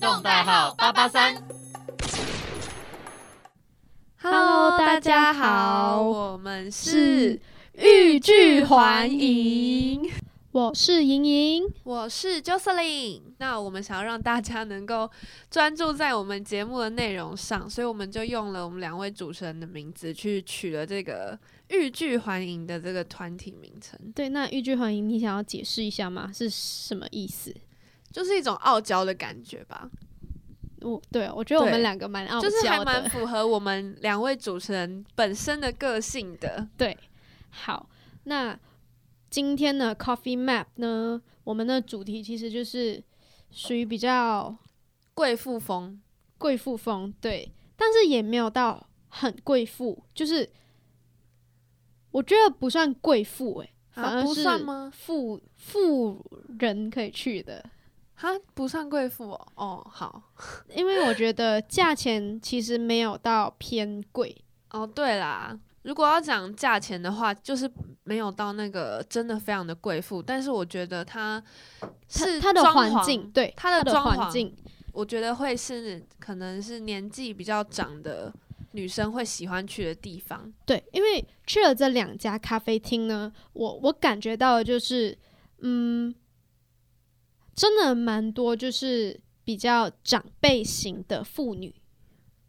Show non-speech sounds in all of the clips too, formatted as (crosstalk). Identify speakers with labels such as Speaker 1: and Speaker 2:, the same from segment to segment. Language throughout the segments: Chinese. Speaker 1: 动代号八八三。
Speaker 2: Hello，大家好，
Speaker 3: 我们
Speaker 2: 是
Speaker 3: 是，
Speaker 2: 欲拒还迎。我是莹莹，
Speaker 3: 我是 Jocelyn。那我们想要让大家能够专注在我们节目的内容上，所以我们就用了我们两位主持人的名字去取了这个“欲拒还迎”的这个团体名称，
Speaker 2: 对，那欲拒还迎，你想要解释一下吗？是什么意思？
Speaker 3: 就是一种傲娇的感觉吧。
Speaker 2: 我对我觉得我
Speaker 3: 对
Speaker 2: 们两个蛮傲
Speaker 3: 就是还
Speaker 2: 娇的，
Speaker 3: 蛮符合我们两位主持人本身的个性的。
Speaker 2: 对。好，那今天的 Coffee Map 呢，我们的主题其实就是属于比较
Speaker 3: 贵妇风，
Speaker 2: 贵妇风，对，但是也没有到很贵妇，就是我觉得不算贵妇诶、
Speaker 3: 啊
Speaker 2: 反而
Speaker 3: 不
Speaker 2: 是
Speaker 3: 算吗
Speaker 2: 富富人可以去的，
Speaker 3: 哈，不算贵妇哦。哦，好，
Speaker 2: 因为我觉得价钱其实没有到偏贵，
Speaker 3: 哦，对啦，如果要讲价钱的话，就是没有到那个真的非常的贵妇，但是我觉得它
Speaker 2: 它
Speaker 3: 是
Speaker 2: 它的
Speaker 3: 装
Speaker 2: 环
Speaker 3: 潢
Speaker 2: 境，，对
Speaker 3: 它
Speaker 2: 它
Speaker 3: 的
Speaker 2: 的
Speaker 3: 装
Speaker 2: 环
Speaker 3: 潢，
Speaker 2: 境，
Speaker 3: 我觉得会是可能是年纪比较长的女生会喜欢去的地方。
Speaker 2: 对，因为去了这两家咖啡厅呢，我我感觉到的就是，嗯，真的蛮多就是比较长辈型的妇女，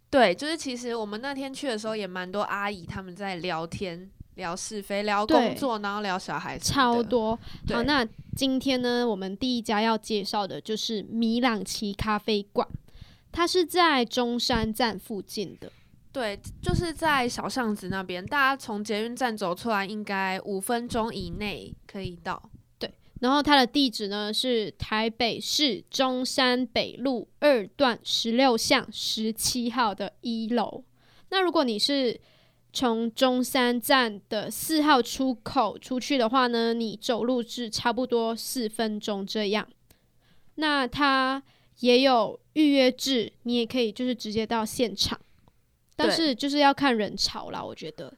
Speaker 3: 对，就是其实我们那天去的时候，也蛮多阿姨他们在聊天，聊是非，聊
Speaker 2: 对
Speaker 3: 工作，然后聊小孩什么
Speaker 2: 超
Speaker 3: 的。
Speaker 2: 多。好，
Speaker 3: 对
Speaker 2: 那今天呢，我们第一家要介绍的就是米朗奇咖啡馆，它是在中山站附近的。
Speaker 3: 对，就是在小巷子那边，大家从捷运站走出来，应该五分钟以内可以到。
Speaker 2: 然后它的地址呢是台北市中山北路二段十六巷十七号的一楼。那如果你是从中山站的四号出口出去的话呢，你走路是差不多四分钟这样。那它也有预约制，你也可以就是直接到现场，但
Speaker 3: 对
Speaker 2: 是就是要看人潮啦，我觉得。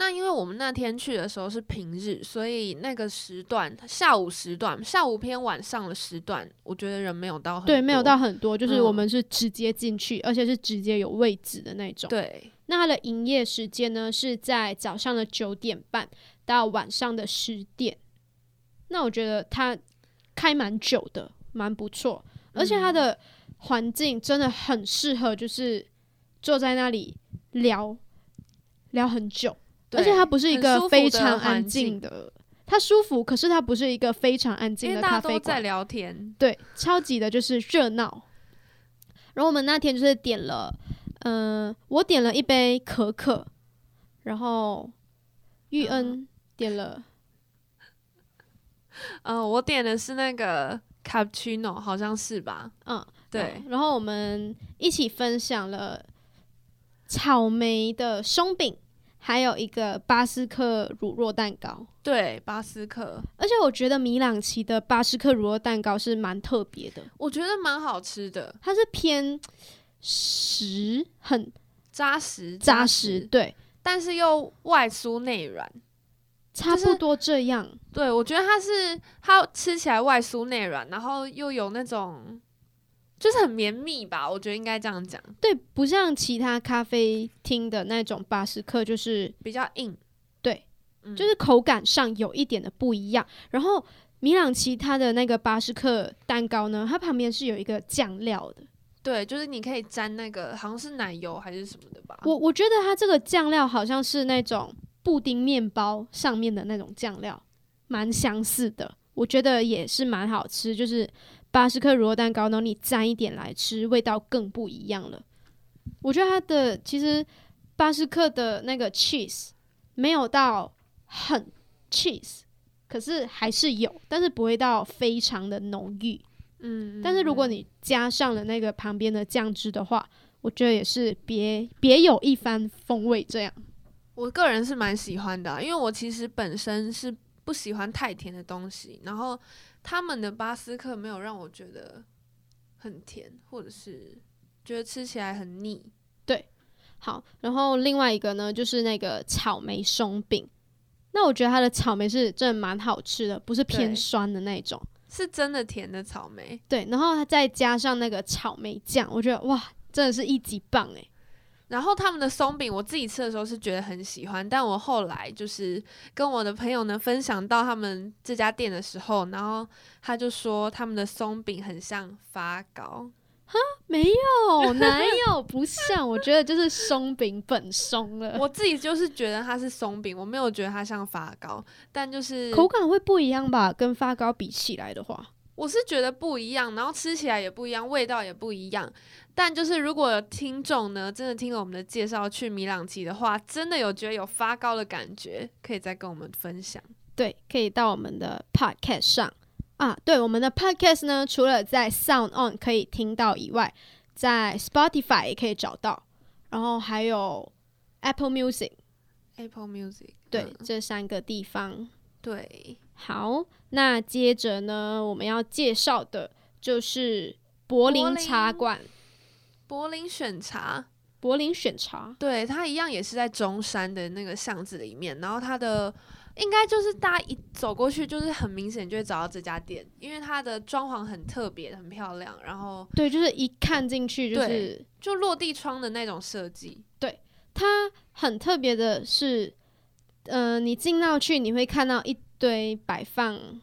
Speaker 3: 那因为我们那天去的时候是平日，所以那个时段下午时段，下午偏晚上的时段，我觉得人没有到很
Speaker 2: 对，没有
Speaker 3: 多
Speaker 2: 到很多，就是
Speaker 3: 嗯
Speaker 2: 我们是直接进去，而且是直接有位置的那种。
Speaker 3: 对
Speaker 2: 那它的营业时间呢是在早上的九点半到晚上的十点。那我觉得它开蛮久的，蛮不错，而且它的环境真的很适合，就是坐在那里聊聊很久，
Speaker 3: 对
Speaker 2: 而且它不是一
Speaker 3: 很舒
Speaker 2: 个
Speaker 3: 服
Speaker 2: 非
Speaker 3: 的
Speaker 2: 常
Speaker 3: 环
Speaker 2: 安静
Speaker 3: 境
Speaker 2: 的，它舒服，可是它不是一个非常安
Speaker 3: 因
Speaker 2: 静
Speaker 3: 为
Speaker 2: 的
Speaker 3: 大
Speaker 2: 咖
Speaker 3: 家
Speaker 2: 啡
Speaker 3: 都在
Speaker 2: 馆，
Speaker 3: 聊天，
Speaker 2: 对，超级的就是热闹。然后我们那天就是点了，嗯、我点了一杯可可，然后玉恩点了，
Speaker 3: 嗯、我点的是那个 cappuccino，好像是吧？
Speaker 2: 嗯，
Speaker 3: 对，
Speaker 2: 然后我们一起分享了草莓的松饼，还有一个巴斯克乳酪蛋糕。
Speaker 3: 对，巴斯克，
Speaker 2: 而且我觉得米朗奇的巴斯克乳酪蛋糕是蛮特别的，
Speaker 3: 我觉得蛮好吃的，
Speaker 2: 它是偏实，很
Speaker 3: 扎实
Speaker 2: 扎实，对，
Speaker 3: 但是又外酥内软。
Speaker 2: 差
Speaker 3: 就
Speaker 2: 不
Speaker 3: 是
Speaker 2: 多这样。
Speaker 3: 对，我觉得它是它吃起来外酥内软，然后又有那种就是很绵密吧，我觉得应该这样讲，
Speaker 2: 对，不像其他咖啡厅的那种巴斯克，就是
Speaker 3: 比较硬。
Speaker 2: 对，
Speaker 3: 嗯
Speaker 2: 就是口感上有一点的不一样。然后米朗奇它的那个巴斯克蛋糕呢，它旁边是有一个酱料的。
Speaker 3: 对，就是你可以沾那个好像是奶油还是什么的吧。
Speaker 2: 我我觉得它这个酱料好像是那种布丁面包上面的那种酱料，蛮相似的。我觉得也是蛮好吃，就是巴斯克乳酪蛋糕，然后你蘸一点来吃，味道更不一样了。我觉得它的其实巴斯克的那个 cheese 没有到很 cheese，可是还是有，但是不会到非常的浓郁。
Speaker 3: 嗯，
Speaker 2: 但是如果
Speaker 3: 嗯
Speaker 2: 你加上了那个旁边的酱汁的话，我觉得也是别别有一番风味。这样，
Speaker 3: 我个人是蛮喜欢的啊、因为我其实本身是不喜欢太甜的东西，然后他们的巴斯克没有让我觉得很甜，或者是觉得吃起来很腻。
Speaker 2: 好，然后另外一个呢，就是那个草莓松饼。那我觉得它的草莓是真的蛮好吃的，不是偏
Speaker 3: 对
Speaker 2: 酸的那种。
Speaker 3: 是真的甜的草莓，
Speaker 2: 对，然后它再加上那个草莓酱，我觉得哇，真的是一级棒欸诶。
Speaker 3: 然后他们的松饼，我自己吃的时候是觉得很喜欢，但我后来就是跟我的朋友呢分享到他们这家店的时候，然后他就说他们的松饼很像发糕，
Speaker 2: 没有，哪有不像？我觉得就是松饼本松 (laughs) 了，
Speaker 3: 我自己就是觉得它是松饼，我没有觉得它像发糕，但就是
Speaker 2: 口感会不一样吧？跟发糕比起来的话，
Speaker 3: 我是觉得不一样，然后吃起来也不一样，味道也不一样。但就是如果有听众呢，真的听了我们的介绍去米朗奇的话，真的有觉得有发糕的感觉，可以再跟我们分享。
Speaker 2: 对，可以到我们的 podcast 上啊。对，我们的 podcast 呢，除了在 Sound On 可以听到以外，在 Spotify 也可以找到，然后还有 Apple Music，
Speaker 3: Apple Music，
Speaker 2: 对，
Speaker 3: 嗯
Speaker 2: 这三个地方。
Speaker 3: 对，
Speaker 2: 好，那接着呢，我们要介绍的就是柏
Speaker 3: 柏
Speaker 2: 林
Speaker 3: 林
Speaker 2: 茶馆，
Speaker 3: 柏林选茶，
Speaker 2: 柏林选茶。
Speaker 3: 对，它一样也是在中山的那个巷子里面，然后它的应该就是大家一走过去，就是很明显就会找到这家店，因为它的装潢很特别，很漂亮，然后
Speaker 2: 对，就是一看进去就
Speaker 3: 对
Speaker 2: 是
Speaker 3: 就落地窗的那种设计，
Speaker 2: 它很特别的是，呃，你进到去你会看到一堆摆放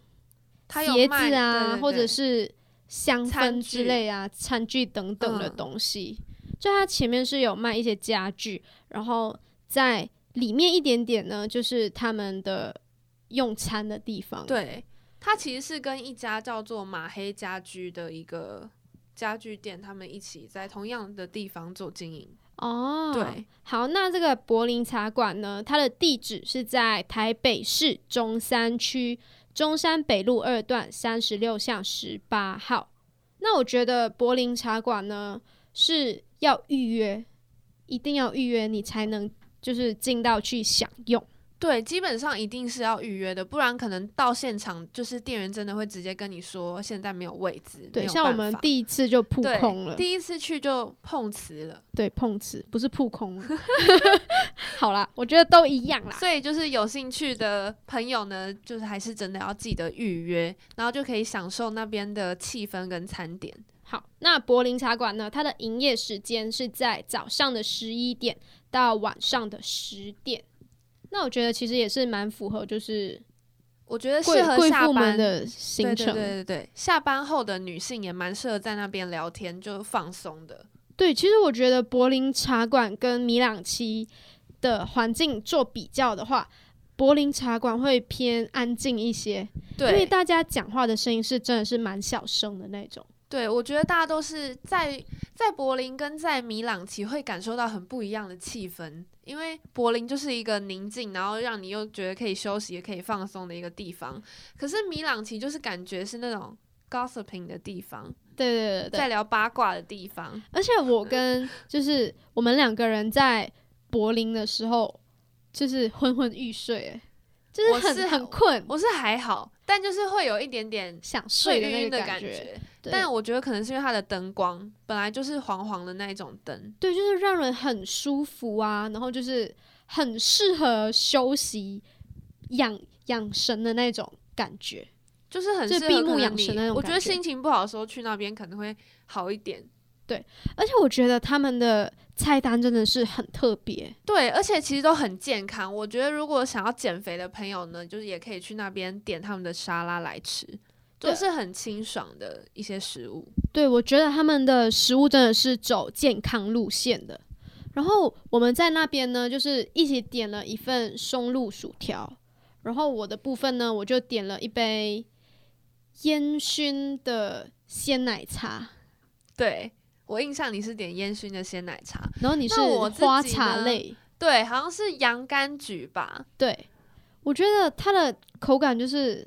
Speaker 3: 它有
Speaker 2: 鞋
Speaker 3: 卖
Speaker 2: 子啊，
Speaker 3: 对对
Speaker 2: 或者
Speaker 3: 对
Speaker 2: 是香氛
Speaker 3: 餐
Speaker 2: 之
Speaker 3: 具
Speaker 2: 类啊、餐具等等的
Speaker 3: 嗯
Speaker 2: 东西。就它前面是有卖一些家具，然后在里面一点点呢，就是他们的用餐的地方。
Speaker 3: 对，它其实是跟一家叫做马黑家居的一个家具店，他们一起在同样的地方做经营。
Speaker 2: 哦，
Speaker 3: 对，
Speaker 2: 好，那这个柏林茶馆呢，它的地址是在台北市中山区中山北路二段三十六巷十八号。那我觉得柏林茶馆呢是要预约，一定要预约你才能就是进到去享用。
Speaker 3: 对，基本上一定是要预约的，不然可能到现场就是店员真的会直接跟你说现在没有位置。
Speaker 2: 对，
Speaker 3: 没有
Speaker 2: 像我
Speaker 3: 办
Speaker 2: 们
Speaker 3: 法
Speaker 2: 第一次就扑
Speaker 3: 对
Speaker 2: 空了，
Speaker 3: 第一次去就碰瓷了，
Speaker 2: 对，碰瓷不是扑空了。 (laughs) 好啦，我觉得都一样啦。
Speaker 3: 所以就是有兴趣的朋友呢，就是还是真的要记得预约，然后就可以享受那边的气氛跟餐点。
Speaker 2: 好，那柏林茶馆呢？它的营业时间是在早上的十一点到晚上的十点。那我觉得其实也是蛮符合，就是
Speaker 3: 我觉得呃适
Speaker 2: 贵
Speaker 3: 合
Speaker 2: 贵
Speaker 3: 下
Speaker 2: 妇们
Speaker 3: 班
Speaker 2: 的行程。
Speaker 3: 对对对对对，下班后的女性也蛮适合在那边聊天，就放松的。
Speaker 2: 对其实我觉得柏林茶馆跟米朗奇的环境做比较的话，柏林茶馆会偏安静一些，因为
Speaker 3: 对
Speaker 2: 大家讲话的声音是真的是蛮小声的那种。
Speaker 3: 对，我觉得大家都是在在柏林跟在米朗奇会感受到很不一样的气氛，因为柏林就是一个宁静，然后让你又觉得可以休息也可以放松的一个地方。可是米朗奇就是感觉是那种 gossiping 的地方，
Speaker 2: 对对对对，嗯
Speaker 3: 在聊八卦的地方。
Speaker 2: 而且我跟就是我们两个人在柏林的时候，就是昏昏欲睡，哎，就是
Speaker 3: 我
Speaker 2: 很
Speaker 3: 是
Speaker 2: 很困，
Speaker 3: 我是还好，但就是会有一点点
Speaker 2: 想
Speaker 3: 会
Speaker 2: (laughs) 睡
Speaker 3: 晕晕
Speaker 2: 那
Speaker 3: 的
Speaker 2: 个
Speaker 3: 感
Speaker 2: 觉。
Speaker 3: 觉。
Speaker 2: 对
Speaker 3: 但我觉得可能是因为它的灯光本来就是黄黄的那一种灯，
Speaker 2: 对，就是让人很舒服啊，然后就是很适合休息、养养神的那种感觉。
Speaker 3: 就是很
Speaker 2: 就
Speaker 3: 适合
Speaker 2: 闭目
Speaker 3: 可能
Speaker 2: 养神
Speaker 3: 你
Speaker 2: 那种
Speaker 3: 我觉
Speaker 2: 感
Speaker 3: 得
Speaker 2: 觉
Speaker 3: 心情不好的时候去那边可能会好一点。
Speaker 2: 而且我觉得他们的菜单真的是很特别，
Speaker 3: 对，而且其实都很健康。我觉得如果想要减肥的朋友呢，就是也可以去那边点他们的沙拉来吃，
Speaker 2: 对
Speaker 3: 都是很清爽的一些食物。
Speaker 2: 对，我觉得他们的食物真的是走健康路线的。然后我们在那边呢，就是一起点了一份松露薯条，然后我的部分呢，我就点了一杯烟熏的鲜奶茶，
Speaker 3: 对我印象你是点烟熏的鲜奶茶，
Speaker 2: 然后你是
Speaker 3: 那我自己呢
Speaker 2: 花茶类，
Speaker 3: 对，好像是洋甘菊吧？
Speaker 2: 对，我觉得它的口感就是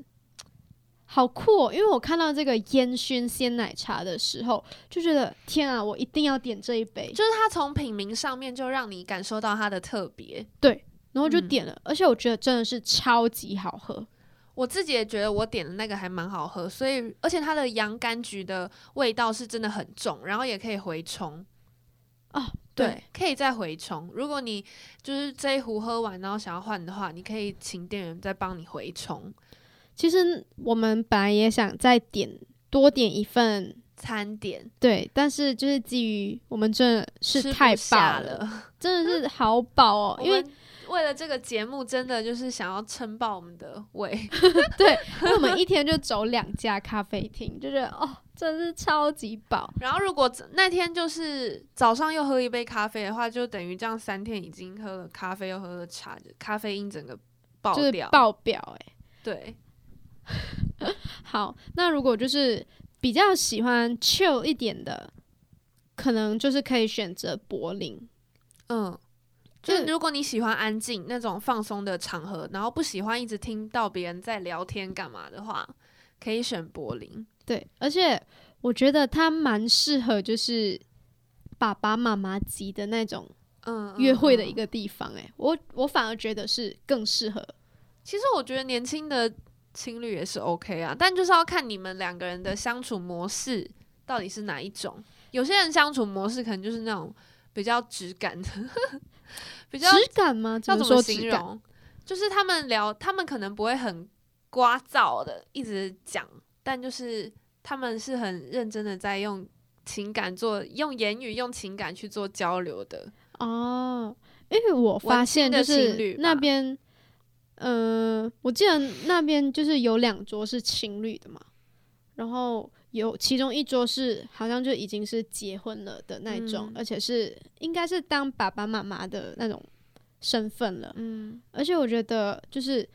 Speaker 2: 好酷、哦，因为我看到这个烟熏鲜奶茶的时候，就觉得天啊，我一定要点这一杯。
Speaker 3: 就是它从品名上面就让你感受到它的特别。
Speaker 2: 然后就
Speaker 3: 嗯
Speaker 2: 点了，而且我觉得真的是超级好喝。
Speaker 3: 我自己也觉得我点的那个还蛮好喝，所以而且它的洋甘菊的味道是真的很重，然后也可以回冲。
Speaker 2: 哦，对
Speaker 3: 对，可以再回冲。如果你就是这一壶喝完，然后想要换的话，你可以请店员再帮你回冲。
Speaker 2: 其实我们本来也想再点多点一份，
Speaker 3: 餐点
Speaker 2: 对，但是就是基于我们真的
Speaker 3: 吃
Speaker 2: 是
Speaker 3: 不
Speaker 2: 太
Speaker 3: 下
Speaker 2: 饱了， (laughs)
Speaker 3: 了，
Speaker 2: 真的是好饱
Speaker 3: (laughs)
Speaker 2: 哦，因
Speaker 3: 因
Speaker 2: 为
Speaker 3: 为为了这个节目，真的就是想要撑爆我们的胃， (laughs)
Speaker 2: 因为我们一天就走两家咖啡厅，就觉得哦，真是超级饱。
Speaker 3: 然后如果那天就是早上又喝一杯咖啡的话，就等于这样三天已经喝了咖啡又喝了茶，咖啡因整个爆
Speaker 2: 就是
Speaker 3: 掉。
Speaker 2: 爆表哎、
Speaker 3: 对，
Speaker 2: 好，那如果就是比较喜欢 chill 一点的，可能就是可以选择柏林。
Speaker 3: 嗯，就是
Speaker 2: 嗯
Speaker 3: 如果你喜欢安静那种放松的场合，然后不喜欢一直听到别人在聊天干嘛的话，可以选柏林。
Speaker 2: 对，而且我觉得它蛮适合就是爸爸妈妈级的那种
Speaker 3: 嗯，
Speaker 2: 约会的一
Speaker 3: 个。
Speaker 2: 个地方哎、我我反而觉得是更适合。
Speaker 3: 其实我觉得年轻的情侣也是 OK 啊，但就是要看你们两个人的相处模式到底是哪一种。有些人相处模式可能就是那种比较直感的， (laughs) 比较
Speaker 2: 质感吗？
Speaker 3: 要
Speaker 2: 么
Speaker 3: 怎
Speaker 2: 说
Speaker 3: 形
Speaker 2: 质感？
Speaker 3: 容？就是他们聊，他们可能不会很聒噪的一直讲，但就是他们是很认真的在用情感做，用言语、用情感去做交流的。
Speaker 2: 哦，因为我发
Speaker 3: 文青
Speaker 2: 现
Speaker 3: 的
Speaker 2: 就
Speaker 3: 情侣
Speaker 2: 是那
Speaker 3: 吧
Speaker 2: 边，呃，我记得那边就是有两桌是情侣的嘛，然后有其中一桌是好像就已经是结婚了的那种，
Speaker 3: 嗯
Speaker 2: 而且是应该是当爸爸妈妈的那种身份了，
Speaker 3: 嗯，
Speaker 2: 而且我觉得就是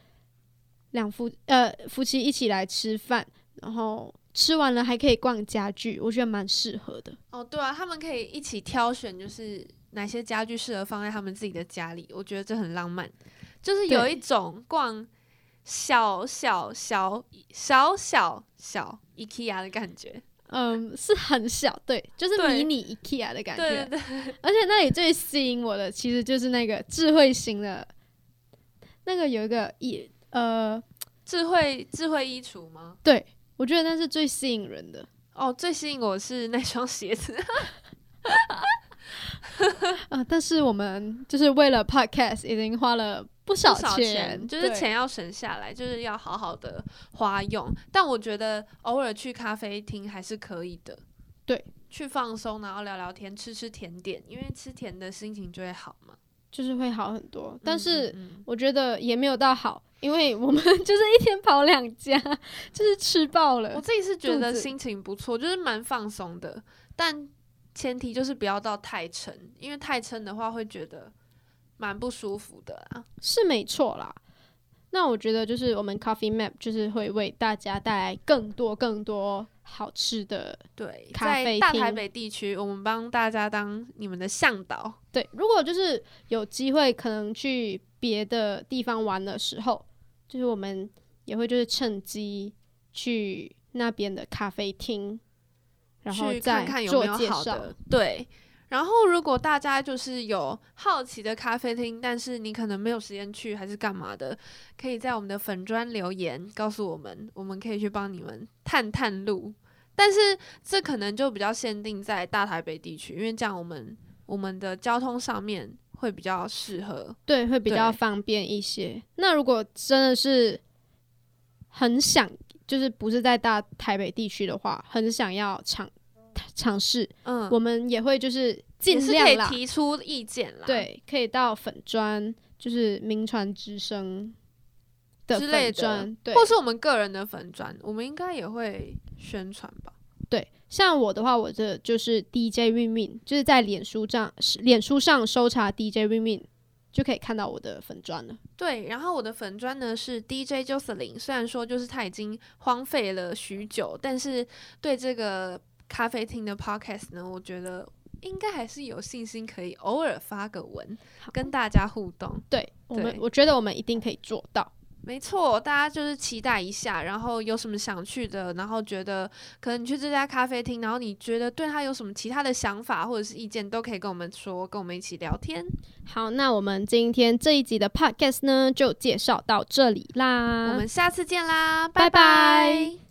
Speaker 2: 两夫呃夫妻一起来吃饭，然后吃完了还可以逛家具，我觉得蛮适合的。
Speaker 3: 哦，对啊，他们可以一起挑选，就是哪些家具适合放在他们自己的家里，我觉得这很浪漫。就是有
Speaker 2: 对
Speaker 3: 一种逛小小小小小小 IKEA 的感觉，
Speaker 2: 嗯，是很小，对，就是
Speaker 3: 对
Speaker 2: 迷你 IKEA 的感觉。
Speaker 3: 对对对，
Speaker 2: 而且那里最吸引我的，其实就是那个智慧型的，那个有一个也呃，
Speaker 3: 智慧智慧衣橱吗？
Speaker 2: 我觉得那是最吸引人的。
Speaker 3: 哦，最吸引我是那双鞋子， (laughs)
Speaker 2: 啊、但是我们就是为了 podcast 已经花了不少
Speaker 3: 不少钱，就是
Speaker 2: 对
Speaker 3: 钱要省下来，就是要好好的花用。但我觉得偶尔去咖啡厅还是可以的，
Speaker 2: 对，
Speaker 3: 去放松，然后聊聊天，吃吃甜点，因为吃甜的心情就会好嘛。
Speaker 2: 就是会好很多。但是
Speaker 3: 嗯嗯
Speaker 2: 我觉得也没有到好，因为我们 (laughs) 就是一天跑两家，就是吃爆
Speaker 3: 嗯我
Speaker 2: 了。
Speaker 3: 自己是觉得
Speaker 2: 呃肚子
Speaker 3: 心情不错，就是蛮放松的，但前提就是不要到太撑，因为太撑的话会觉得蛮不舒服的啦。
Speaker 2: 是没错啦。那我觉得就是我们 Coffee Map 就是会为大家带来更多更多好吃的。
Speaker 3: 对，
Speaker 2: 咖
Speaker 3: 在
Speaker 2: 啡
Speaker 3: 大台
Speaker 2: 厅
Speaker 3: 北地区，我们帮大家当你们的向导。
Speaker 2: 对，如果就是有机会可能去别的地方玩的时候，就是我们也会就是趁机去那边的咖啡厅，然后
Speaker 3: 去
Speaker 2: 再
Speaker 3: 看看有
Speaker 2: 做
Speaker 3: 没有
Speaker 2: 介
Speaker 3: 好
Speaker 2: 绍。
Speaker 3: 的。对，然后如果大家就是有好奇的咖啡厅，但是你可能没有时间去还是干嘛的，可以在我们的粉砖留言告诉我们，我们可以去帮你们探探路。但是这可能就比较限定在大台北地区，因为这样我们我们的交通上面会比较适合。
Speaker 2: 对，会比较
Speaker 3: 对
Speaker 2: 方便一些。那如果真的是很想，就是不是在大台北地区的话，很想要尝尝试，
Speaker 3: 嗯，
Speaker 2: 我们也会就是
Speaker 3: 也
Speaker 2: 尽
Speaker 3: 是可
Speaker 2: 量
Speaker 3: 以
Speaker 2: 啦，
Speaker 3: 提出意见啦，，
Speaker 2: 对，可以到粉砖，就是名传之声的
Speaker 3: 之类
Speaker 2: 粉
Speaker 3: 的
Speaker 2: 砖，对，
Speaker 3: 或是我们个人的粉砖，我们应该也会宣传吧。
Speaker 2: 对，像我的话，我的就是 DJ Win Win，就是在脸书上，脸书上搜查 DJ Win Win 就可以看到我的粉砖了。
Speaker 3: 对，然后我的粉砖呢是 DJ Jocelyn，虽然说就是他已经荒废了许久，但是对这个咖啡厅的 podcast 呢，我觉得应该还是有信心可以偶尔发个文
Speaker 2: 好
Speaker 3: 跟大家互动。
Speaker 2: 对我们
Speaker 3: 对，
Speaker 2: 我觉得我们一定可以做到。
Speaker 3: 没错，大家就是期待一下，然后有什么想去的，然后觉得可能你去这家咖啡厅，然后你觉得对他有什么其他的想法或者是意见，都可以跟我们说，跟我们一起聊天。
Speaker 2: 好，那我们今天这一集的 Podcast 呢，就介绍到这里啦。
Speaker 3: 我们下次见啦，
Speaker 2: 嗯拜
Speaker 3: 拜
Speaker 2: 拜
Speaker 3: 拜